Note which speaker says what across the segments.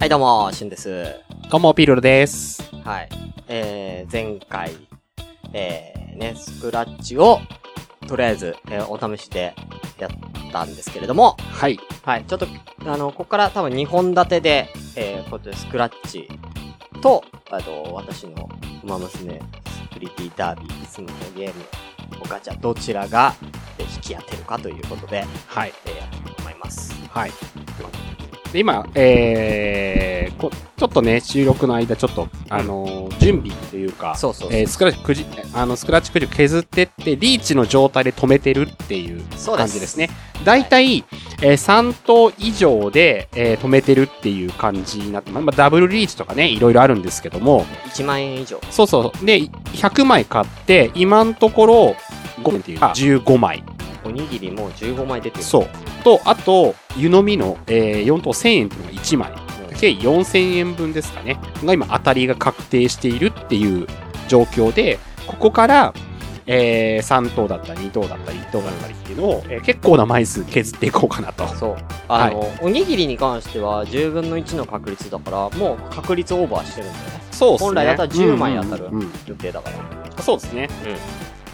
Speaker 1: はい、どうも、しゅんです。
Speaker 2: どうも、ピルルです。
Speaker 1: はい。えー、前回、えー、ね、スクラッチを、とりあえず、えーお試しでやったんですけれども、
Speaker 2: はい。
Speaker 1: はい、ちょっと、あの、ここから多分2本立てで、えー、こうやってスクラッチと、あと、私の、馬娘、プリティダービー、いつものゲーム、おガチャ、どちらが、えー引き当てるかということで、
Speaker 2: はい。
Speaker 1: えー、やっていこうと思います。
Speaker 2: はい。で、今、えー、こちょっとね、収録の間、ちょっと、あのー準備っていうか、
Speaker 1: そうそうそう
Speaker 2: えースクラッチくじ、あの、スクラッチくじを削ってって、リーチの状態で止めてるっていう
Speaker 1: そうです
Speaker 2: 感じですね。大体、えー3投以上で、えー止めてるっていう感じになって、まあまあ、ダブルリーチとかね、いろいろあるんですけども、
Speaker 1: 1万円以上。
Speaker 2: そうそう。で、100枚買って、今のところ、5っていうか、15枚。
Speaker 1: おにぎりもう15枚出てる。
Speaker 2: そう。と、あと、湯飲みの、えー4等1000円っていうのが1枚。計4000円分ですかね。が今、当たりが確定しているっていう状況で、ここから、えー3等だったり、2等だったり、1等だったりっていうのを、えー結構な枚数削っていこうかなと。
Speaker 1: そう。あの、おにぎりに関しては10分の1の確率だから、もう確率オーバーしてるんだよね。
Speaker 2: そう
Speaker 1: っすね本来だったら10枚当たる
Speaker 2: うんうんうん
Speaker 1: 予定だから。
Speaker 2: そうですね。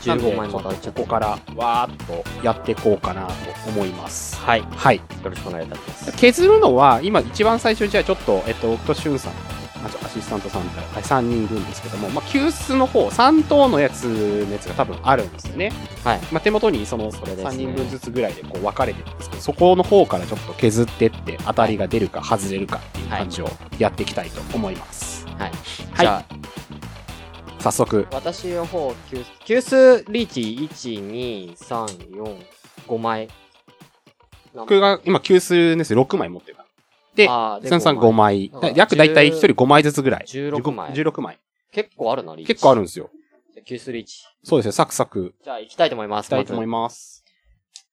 Speaker 1: 15枚も当たっちゃっ
Speaker 2: ここ
Speaker 1: て。
Speaker 2: から、わーっとやっていこうかなと思います。
Speaker 1: はい。よ
Speaker 2: はい。
Speaker 1: ろしくお願いいたします。
Speaker 2: 削るのは今一番最初にじゃあちょっと、えっと、僕としゅんさんあちょアシスタントさんと、はい、3人いるんですけども、まあ、急須の方3等のやつのやつが多分あるんですよね、
Speaker 1: はい。
Speaker 2: まあ、手元にその
Speaker 1: それですね
Speaker 2: 3人分ずつぐらいでこう分かれてるんですけどそこの方からちょっと削ってって当たりが出るか外れるかっていう感じをやっていきたいと思います、
Speaker 1: はい。
Speaker 2: はい
Speaker 1: じゃあ、
Speaker 2: 早速
Speaker 1: 私の方、急急須リーチ、1、2、3、4、5枚。
Speaker 2: 僕が今急須ですよ6枚持ってるからで
Speaker 1: あーで
Speaker 2: アシスタントさん5枚
Speaker 1: だから
Speaker 2: 約大体1人5枚ずつぐらい
Speaker 1: 16枚
Speaker 2: 16枚
Speaker 1: 結構あるな、リーチ。
Speaker 2: 結構あ
Speaker 1: る。
Speaker 2: るんですよ
Speaker 1: 急須リーチ。
Speaker 2: そうですよサクサク
Speaker 1: じゃあ、行きたいと思いま
Speaker 2: いき
Speaker 1: す。
Speaker 2: たいと思い
Speaker 1: ま
Speaker 2: ます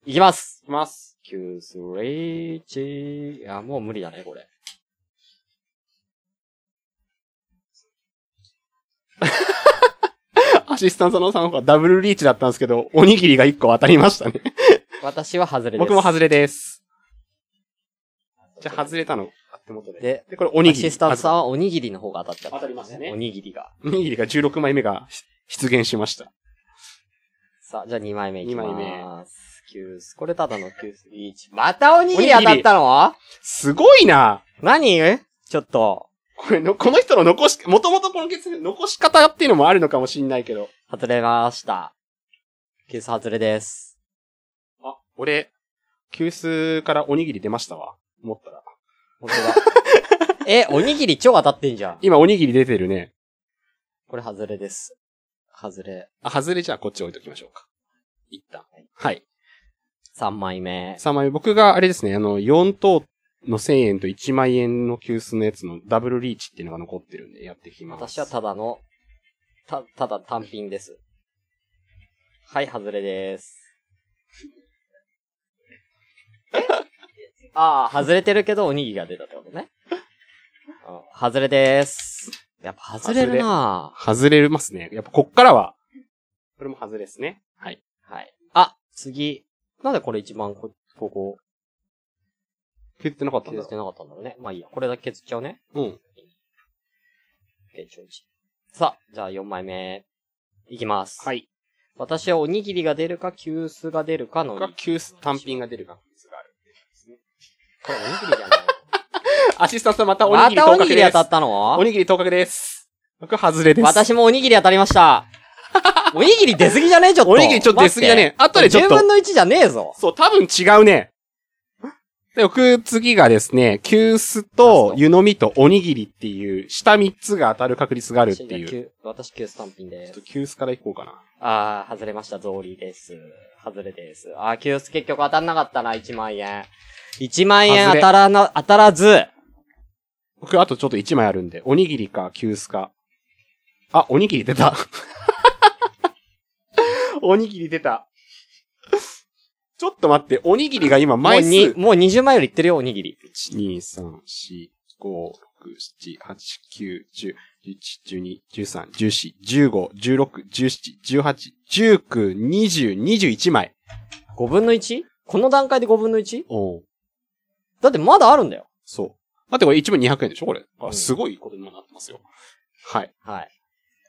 Speaker 1: ずいきます
Speaker 2: いきます。
Speaker 1: 急須リーチ。あ、もう無理だね、これ。
Speaker 2: アシスタントのさんの方がダブルリーチだったんですけど、おにぎりが1個当たりましたね。
Speaker 1: 私は外れです。
Speaker 2: 僕も外
Speaker 1: れ。
Speaker 2: れです。じゃあ外れたの、手元で。
Speaker 1: で、
Speaker 2: これおに
Speaker 1: ア
Speaker 2: ぎり。
Speaker 1: シスタントさん
Speaker 2: ん。
Speaker 1: はおにぎりの方が当たっちゃった。
Speaker 2: 当たりましたね
Speaker 1: おにぎりが。
Speaker 2: おにぎりが16枚目が出現しました。
Speaker 1: さあ、じゃあ2枚目いきま
Speaker 2: 二枚
Speaker 1: ーす。9す。これただの9す。1。またおにぎり当たったの
Speaker 2: すごいな
Speaker 1: 何ちょっと、
Speaker 2: これの、この人の残し、もともとこの決断、残し方っていうのもあるのかもしんないけど。
Speaker 1: 外れました。9す外れです。
Speaker 2: あ、俺、急須からおにぎり出ましたわ。思ったら。
Speaker 1: 本当 だ。え、おにぎり超当たってんじゃん。
Speaker 2: 今おにぎり出てるね。
Speaker 1: これ外れです。外れ。
Speaker 2: あ、外れじゃあこっち置いときましょうか。一旦。はい。
Speaker 1: 3枚目。
Speaker 2: 3枚目。僕があれですね、あの、4等の1000円と1万円の急須のやつのダブルリーチっていうのが残ってるんで、やってきます。
Speaker 1: 私はただの、た、ただ単品です。はい、外れです。え ああ、外れてるけどおにぎりが出たってことね。あ外れです。やっぱ外れるな
Speaker 2: 外れますね。やっぱこっからは、これも外れですね。はい。
Speaker 1: はい。あ、次。なんでこれ一番こ、ここ、
Speaker 2: 削ってなかったん
Speaker 1: 削
Speaker 2: だ
Speaker 1: って。なかったんだろうね。まあいいや、これだけ削っちゃうね。
Speaker 2: うん。
Speaker 1: OK 承知さあ、じゃあ4枚目。いきます。。
Speaker 2: はいい。
Speaker 1: 私はおにぎりが出るか、急須が出るかの。
Speaker 2: 僕は急須単品が出る確率がある。
Speaker 1: これおにぎりじゃない。
Speaker 2: アシスタントさんまた おに
Speaker 1: ま
Speaker 2: ぎり
Speaker 1: たお
Speaker 2: 当
Speaker 1: にぎり
Speaker 2: 確で
Speaker 1: 当たっ
Speaker 2: す。
Speaker 1: たの
Speaker 2: おにぎり当確です。僕は外れです。
Speaker 1: 私もおにぎり当たりま した。おにぎり出すぎじゃねえちょっと。
Speaker 2: おにぎりちょっと出過ぎだね。あと
Speaker 1: 待
Speaker 2: で
Speaker 1: って。
Speaker 2: ちょっ
Speaker 1: 10
Speaker 2: と
Speaker 1: 分。の1じゃねえぞ。
Speaker 2: そう、多分違うね。で、僕、次がですね、急須と湯飲みとおにぎりっていう、下3つが当たる確率があるっていう。ち
Speaker 1: う。私、急須単品
Speaker 2: ょ
Speaker 1: で
Speaker 2: っ
Speaker 1: す
Speaker 2: と。急須からいこうかな。
Speaker 1: あー、外れました。ゾーリーです。外れです。あー、急須結局当たんなかったな、1万円。1万円
Speaker 2: 外
Speaker 1: 当
Speaker 2: れ
Speaker 1: たらな、当たらず。
Speaker 2: 僕、あとちょっと1枚あるんで、おにぎりか急須か。あ、おにぎり出た。 おにぎり出た。ちょっと待って、おにぎりが今
Speaker 1: もう
Speaker 2: 枚
Speaker 1: に
Speaker 2: 数、。
Speaker 1: もう20万よりいってるよ、おにぎり。
Speaker 2: 1,2,3,4,5,6,7,8,9,10,11,12,13,14,15,16,17,18,19,20,21枚。
Speaker 1: 5分の 1? この段階で5分の 1?
Speaker 2: おう
Speaker 1: だってまだあるんだよ。
Speaker 2: そう。だってこれ1枚200円でしょこれ。
Speaker 1: うん
Speaker 2: あすごいことにもなってますよ。はい。
Speaker 1: はい。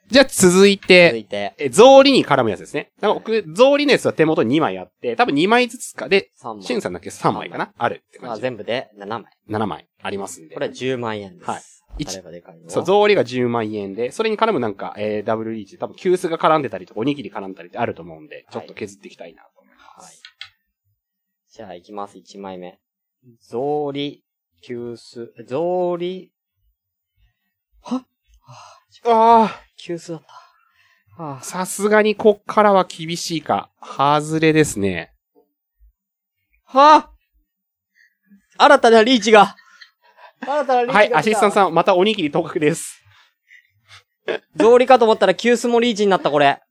Speaker 2: じゃあ続い
Speaker 1: 続
Speaker 2: て、
Speaker 1: いて、
Speaker 2: え、草履に絡むやつですね。だから僕、草履のやつは手元に2枚あって、多分2枚ずつかで、
Speaker 1: 3枚。
Speaker 2: シンさんだけ3枚かなあるって
Speaker 1: ま
Speaker 2: 感
Speaker 1: あ
Speaker 2: じで。
Speaker 1: 全部で7枚。
Speaker 2: 7枚ありますんで。
Speaker 1: これ10万円です。
Speaker 2: はい
Speaker 1: 当
Speaker 2: 一
Speaker 1: たればでかいのは。
Speaker 2: そう、草履が10万円で、それに絡むなんか、えーダブルリーチ、多分、急須が絡んでたりとか、おにぎり絡んだりってあると思うんで、ちょっと削っていきたいなと思いま
Speaker 1: はい
Speaker 2: す。。
Speaker 1: じゃあ行きます、1枚目。草履、急須、草履、は
Speaker 2: あ
Speaker 1: 急須だった。は
Speaker 2: あ、さすがにこっからは厳しいか。外れですね。
Speaker 1: あ、はあ、新たなリーチが新たなリーチが来た。
Speaker 2: はい、アシスタントさん、またおにぎり当確です。
Speaker 1: 草履かと思ったら急須もリーチになった、これ。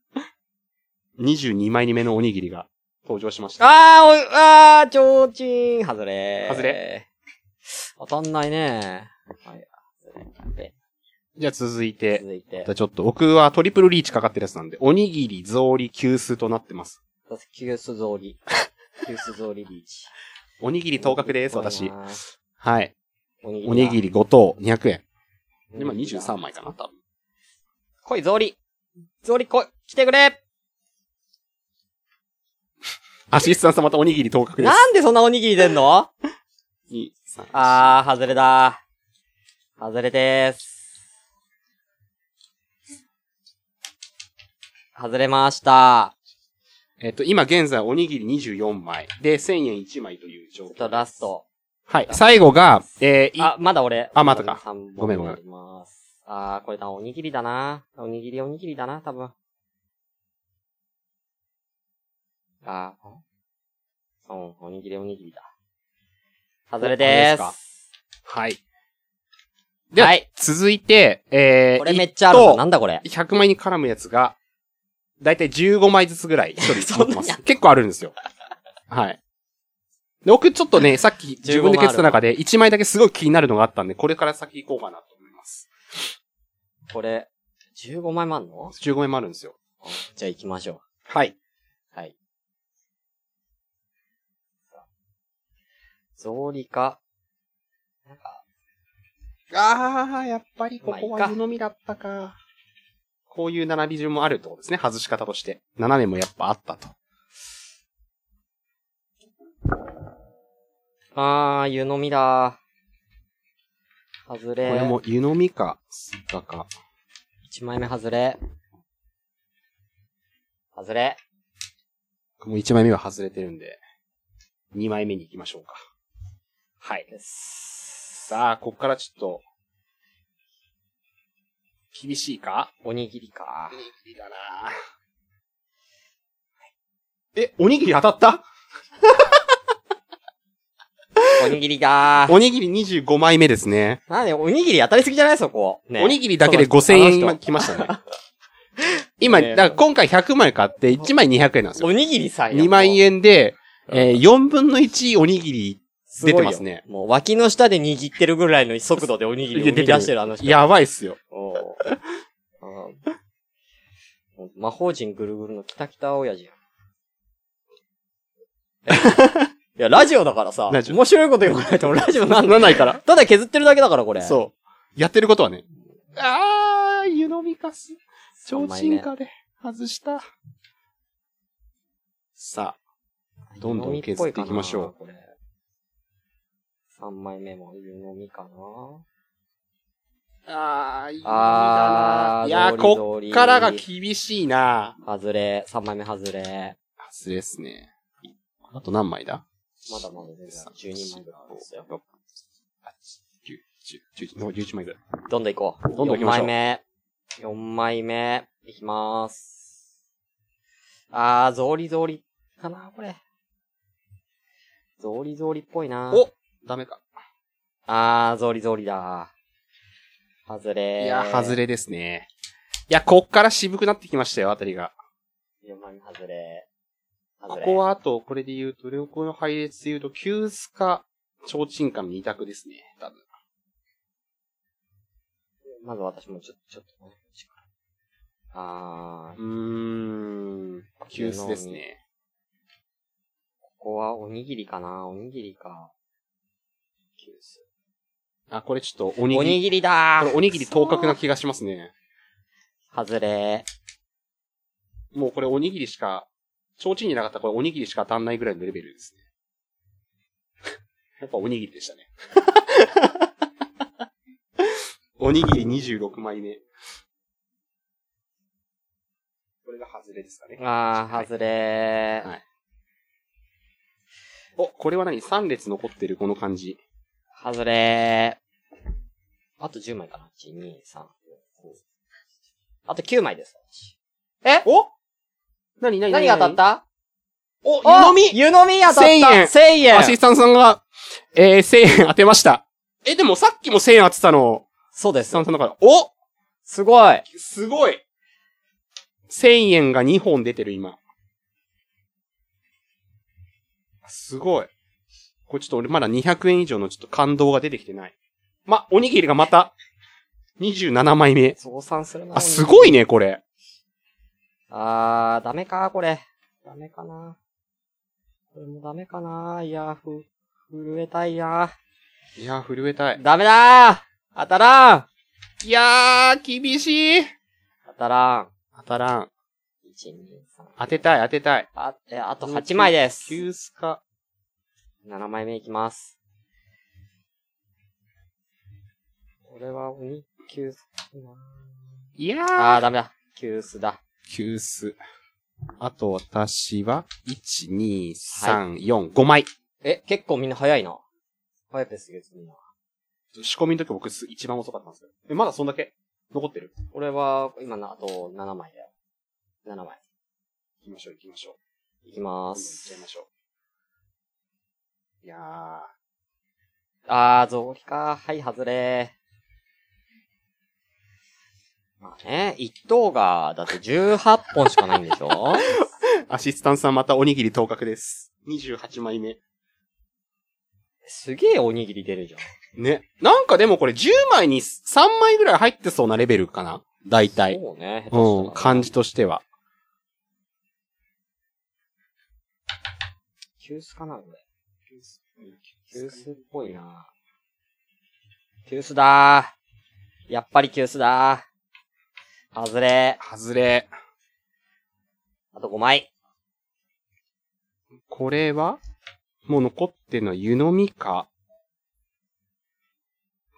Speaker 2: 22枚目のおにぎりが登場しました。
Speaker 1: あー、おい、あー、ちょうちん、外れ。
Speaker 2: 外
Speaker 1: れ。当たんないね。はい。で
Speaker 2: じゃあ続いて、
Speaker 1: 続いて
Speaker 2: じゃ、あちょっと僕はトリプルリーチかかってるやつなんで、おにぎり、草履、急須となってます。
Speaker 1: 私急須草 履。急須草履リーチ。
Speaker 2: おにぎり当確です、私。はい。
Speaker 1: おにぎり。
Speaker 2: おにぎ。り5等200円。今23
Speaker 1: 23
Speaker 2: 枚かな、多分。
Speaker 1: 来い、草履。草履来い、来てくれ
Speaker 2: アシスタントさんまたおにぎり当確です。
Speaker 1: なんでそんなおにぎり出んの
Speaker 2: 二三あ
Speaker 1: あー、外れだ。外れでーす。外れました。
Speaker 2: えっと、今現在おにぎり24枚で1000円1枚という状
Speaker 1: ちょっ
Speaker 2: 況。
Speaker 1: とラスト。
Speaker 2: はい。最後が、えー、い
Speaker 1: あ、まだ俺。
Speaker 2: あまだか
Speaker 1: 三本
Speaker 2: ごめんごめん
Speaker 1: ありますあー、これだ、おにぎりだな。おにぎり、おにぎりだな、多分。あー、うん、おにぎり、おにぎりだ。外れで
Speaker 2: おあれ
Speaker 1: ー。
Speaker 2: ですはい。では、
Speaker 1: はい
Speaker 2: 続いて、えー、
Speaker 1: これめっちゃある
Speaker 2: 一
Speaker 1: ぞ。
Speaker 2: 等
Speaker 1: なんだこれ。
Speaker 2: 100枚に絡むやつが、だいたい15枚ずつぐらい一人持って
Speaker 1: そ
Speaker 2: ま
Speaker 1: んな
Speaker 2: す。結構あるんですよ。はい。で、僕ちょっとね、さっき自分で削った中で1枚だけすごい気になるのがあったんで、これから先行こうかなと思います。
Speaker 1: これ、15枚もあんの
Speaker 2: 15枚もあるんですよ。
Speaker 1: じゃあ行きましょ
Speaker 2: はい。
Speaker 1: う。はい。草履か。なんか、
Speaker 2: あー、やっぱり
Speaker 1: ここは湯
Speaker 2: のみだったか。こういう並び順もあるってことですね。外し方として。斜めもやっぱあったと。
Speaker 1: あー、湯飲みだー。外れ。
Speaker 2: これも湯のみか、スイカか。
Speaker 1: 1枚目外れ。外れ。
Speaker 2: もう1枚目は外れてるんで、2枚目に行きましょうか。はい。
Speaker 1: です。
Speaker 2: さあ、こっからちょっと、厳しいか
Speaker 1: おにぎりか。
Speaker 2: いいだなえ、おにぎり当たった
Speaker 1: おにぎりだー。
Speaker 2: おにぎり25枚目ですね。
Speaker 1: なんで、おにぎり当たりすぎじゃないそこ。ね。
Speaker 2: おにぎりだけで
Speaker 1: そう
Speaker 2: 5000
Speaker 1: そう
Speaker 2: 円
Speaker 1: あ
Speaker 2: 今
Speaker 1: の人
Speaker 2: 来ましたね。 今、
Speaker 1: ねえ
Speaker 2: だから今回100枚買って1枚200円なんですよ。
Speaker 1: おにぎりさんや
Speaker 2: 2万円で、えー、4分の1おにぎり、
Speaker 1: すごいよ
Speaker 2: 出てますね
Speaker 1: もう脇の下で握ってるぐらいの速度でおにぎりを生み出してるあの人。
Speaker 2: やばいっすよ。
Speaker 1: おう。あー魔法陣ぐるぐるのキタキタ親父やん。 えいや、ラジオだからさ、
Speaker 2: ラジオ
Speaker 1: 面白いこと言わないとラジオなんだ。
Speaker 2: なないから。
Speaker 1: ただ削ってるだけだから、これ。
Speaker 2: そう。やってることはね。あー、湯飲みかす。
Speaker 1: ちょうちんか
Speaker 2: で外した。さあ、どんど
Speaker 1: 湯飲み
Speaker 2: ん
Speaker 1: っ
Speaker 2: 削
Speaker 1: ぽ
Speaker 2: っていきましょ
Speaker 1: う。3枚目も湯飲みかな
Speaker 2: う。あー、いい
Speaker 1: あー、
Speaker 2: いやー、こ
Speaker 1: こ
Speaker 2: っからが厳しいな
Speaker 1: 外れ、3枚目外れ。
Speaker 2: 外れですね。あと何枚だ
Speaker 1: まだまだ全然12枚ぐらいあるんですよ。
Speaker 2: 10 11枚ぐらい。
Speaker 1: どんどん行こう。
Speaker 2: どんどん行きましょ
Speaker 1: 4枚
Speaker 2: う
Speaker 1: 目。4枚目。いきまーす。あー、ゾーリゾーリかなこれ。ゾーリゾーリっぽいな
Speaker 2: おダメか。
Speaker 1: あー、ゾーリゾーリだ。外れ。
Speaker 2: いやー、外。れですね。いや、こっから渋くなってきましたよ、あたりが。
Speaker 1: 4枚目外れ。外
Speaker 2: こ
Speaker 1: れ。
Speaker 2: こはあと、これで言うと、両方の配列で言うと、急須か、提灯かの二択ですね、多分。
Speaker 1: まず私もちょっと、ちょっとね。あー、
Speaker 2: うーん、急須ですね。
Speaker 1: ここはおにぎりかなおにぎりか。急須。
Speaker 2: あ、これちょっとおに
Speaker 1: お
Speaker 2: ぎ
Speaker 1: に
Speaker 2: り。
Speaker 1: ぎりだ
Speaker 2: これ
Speaker 1: ー
Speaker 2: おにぎり当確な気がしますね。
Speaker 1: 外れ
Speaker 2: もうこれおにぎりしか、提灯になかったらこれおにぎりしか当たんないぐらいのレベルですね。やっぱおにぎりでしたね。 おにぎり26枚目。これが外れですかね。
Speaker 1: ー。あー、外れー。
Speaker 2: はいお、これは何 ?3 列残ってるこの感じ。
Speaker 1: 外れー。あと10枚かな ?1、2、3、4、5。あと9枚です。え
Speaker 2: お何何
Speaker 1: 何が当たった
Speaker 2: お、
Speaker 1: あ
Speaker 2: 湯飲み
Speaker 1: 湯飲み当たった
Speaker 2: 1000円
Speaker 1: !1000 円
Speaker 2: アシスタントさんが、えー、1000円当てました。え、でもさっきも1000円当てたの、
Speaker 1: そうで
Speaker 2: アシス
Speaker 1: す
Speaker 2: タン。トさんだから、お
Speaker 1: すごい
Speaker 2: すごい !1000 円が2本出てる、今。すごい。これちょっと俺まだ200円以上のちょっと感動が出てきてない。ま、おにぎりがまた、27枚目。
Speaker 1: 増産するな。
Speaker 2: あ、すごいね、これ。
Speaker 1: あー、ダメか、これ。ダメかな。これもダメかな。いやー、ふ、震えたいや
Speaker 2: いやー、震えたい。
Speaker 1: ダメだー当たらん
Speaker 2: いやー、厳しい。
Speaker 1: 当たらん。
Speaker 2: 当たらん。
Speaker 1: 1、2、3。
Speaker 2: 当てたい、当てたい。
Speaker 1: あ、え、あと8枚です。
Speaker 2: 急須か。
Speaker 1: 7枚目いきます。これは鬼、急須。
Speaker 2: いや
Speaker 1: あー、ダメだ。急須だ。
Speaker 2: 急須。あと私は、1、2、3、4、5枚。
Speaker 1: え、結構みんな早いな。早いペースでみんな。
Speaker 2: 仕込みの時僕す一番遅かったんですよ。え、まだそんだけ残ってる
Speaker 1: 俺は、今な、あと7枚だよ。7枚。
Speaker 2: 行きましょう行きましょう。
Speaker 1: いきま
Speaker 2: どんどん行っ
Speaker 1: す
Speaker 2: ちゃい。ましょう。いやー。
Speaker 1: あー、草履か。はい、外れまあね、一等が、だって18本しかないんでしょ
Speaker 2: アシスタントさんまたおにぎり当確です。28枚目。
Speaker 1: すげえおにぎり出るじゃん。
Speaker 2: ね。なんかでもこれ10枚に3枚ぐらい入ってそうなレベルかな大体。
Speaker 1: そうね。
Speaker 2: うん、感
Speaker 1: じ。
Speaker 2: じとしては。
Speaker 1: 急須かな、これ。急須っぽいな。急須だー。やっぱり急須だー。外れ。
Speaker 2: 外れ。
Speaker 1: あと5枚。
Speaker 2: これはもう残ってるのは湯飲みか、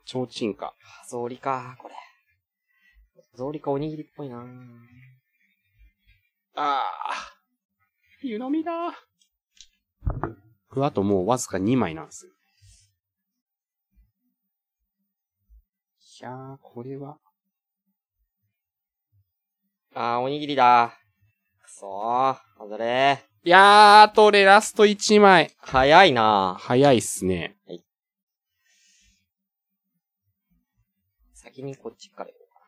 Speaker 2: ちょうちんか。
Speaker 1: 草履か、これ。草履かおにぎりっぽいな
Speaker 2: ああ。湯飲みだ。あともうわずか2枚なんですよ。いやー、これは。
Speaker 1: あー、おにぎりだー。くそー。外れ
Speaker 2: いやー、とれラスト1枚。
Speaker 1: ー。早いな
Speaker 2: 早いっすね。
Speaker 1: ー。先にこっちから行こうかな。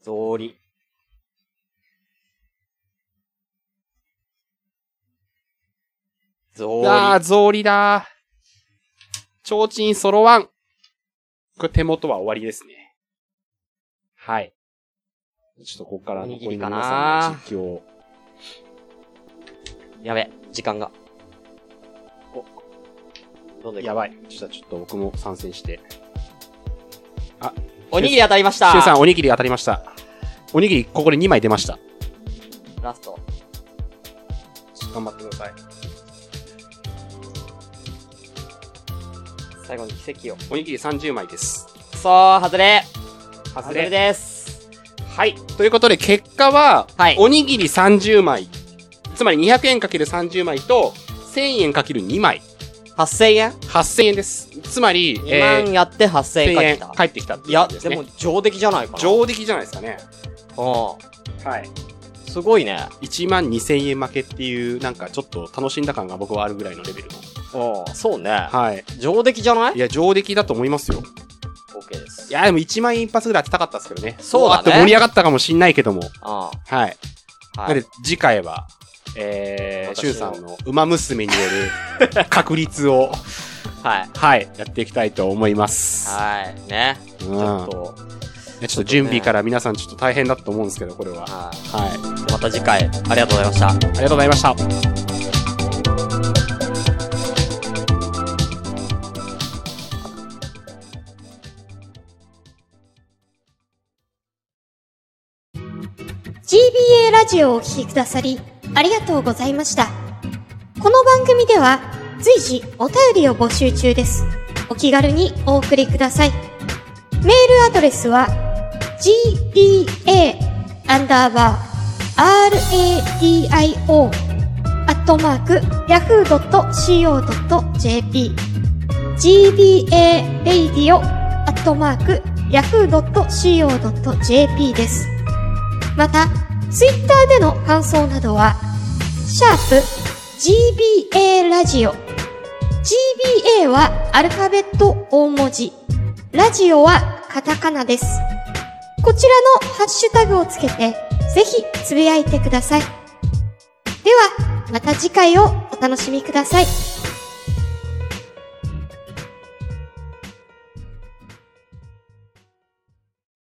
Speaker 1: 草履。草
Speaker 2: あ
Speaker 1: 履。
Speaker 2: ー、草履だー。ちょうちんそろわん。これ手元は終わりですね。はい。ちょっとここから残りの皆さんの実況を。
Speaker 1: やべ、時間が。お。どんどん行こう
Speaker 2: やばい。ちょっとちょっと僕も参戦して。
Speaker 1: おにぎり当たりまし
Speaker 2: シュウさ
Speaker 1: た
Speaker 2: ん、おにぎり当たりました。おにぎり、ここで2枚出ました。
Speaker 1: ラスト。
Speaker 2: 頑張ってください。
Speaker 1: 最後に奇跡を。
Speaker 2: おにぎり30枚です。
Speaker 1: くそー、外れ
Speaker 2: 外
Speaker 1: 外
Speaker 2: れ
Speaker 1: れです。
Speaker 2: はい。ということで、結果は、
Speaker 1: はい
Speaker 2: おにぎり30枚。つまり200円かける30枚と、1000円かける2枚。
Speaker 1: 8000円
Speaker 2: 8000円です。つまり、
Speaker 1: ?2 万やって8000
Speaker 2: 1000
Speaker 1: 円返って
Speaker 2: 円
Speaker 1: きた。
Speaker 2: 返ってきたって
Speaker 1: い
Speaker 2: いう
Speaker 1: や、
Speaker 2: 感じです
Speaker 1: で
Speaker 2: ね。
Speaker 1: も上出来じゃないかな。
Speaker 2: 上出来じゃないですかね。
Speaker 1: う
Speaker 2: はい。
Speaker 1: ん。すごいね。
Speaker 2: 1万2000円負けっていう、なんかちょっと楽しんだ感が僕はあるぐらいのレベルの。
Speaker 1: うん。そうね。
Speaker 2: はい。
Speaker 1: 上出来じゃない
Speaker 2: いや、上出来だと思いますよ。
Speaker 1: ?OK です。
Speaker 2: いや、でも1万円一発ぐらい当てたかったですけどね。
Speaker 1: そうだね
Speaker 2: あって盛り上がったかもしんないけども。
Speaker 1: うん。は。
Speaker 2: はい。ないので、次回は、えー、
Speaker 1: 私
Speaker 2: シュ
Speaker 1: の
Speaker 2: ンさんの馬娘による 確率を、
Speaker 1: はい。
Speaker 2: はい、やっていきたいと思います。
Speaker 1: はい。ね。
Speaker 2: う
Speaker 1: ち
Speaker 2: ん
Speaker 1: ょっと、
Speaker 2: いやちょっと準備から皆さんちょっと大変だと思うんですけど、これは。は。
Speaker 1: はい
Speaker 2: あ
Speaker 1: い。また次回、ありがとうございました。
Speaker 2: りがとうございました。
Speaker 3: GBA ラジオをお聴きくださり、ありがとうございました。この番組では、随時お便りを募集中です。お気軽にお送りください。メールアドレスは、gba, アンダーバー、radio, アットマーク、yahoo.co.jp gba-radio-yahoo.co.jp です。また、ツイッターでの感想などは、シャープ gba ラジオ。gba はアルファベット大文字。ラジオはカタカナです。こちらのハッシュタグをつけて、ぜひつぶやいてください。では、また次回をお楽しみください。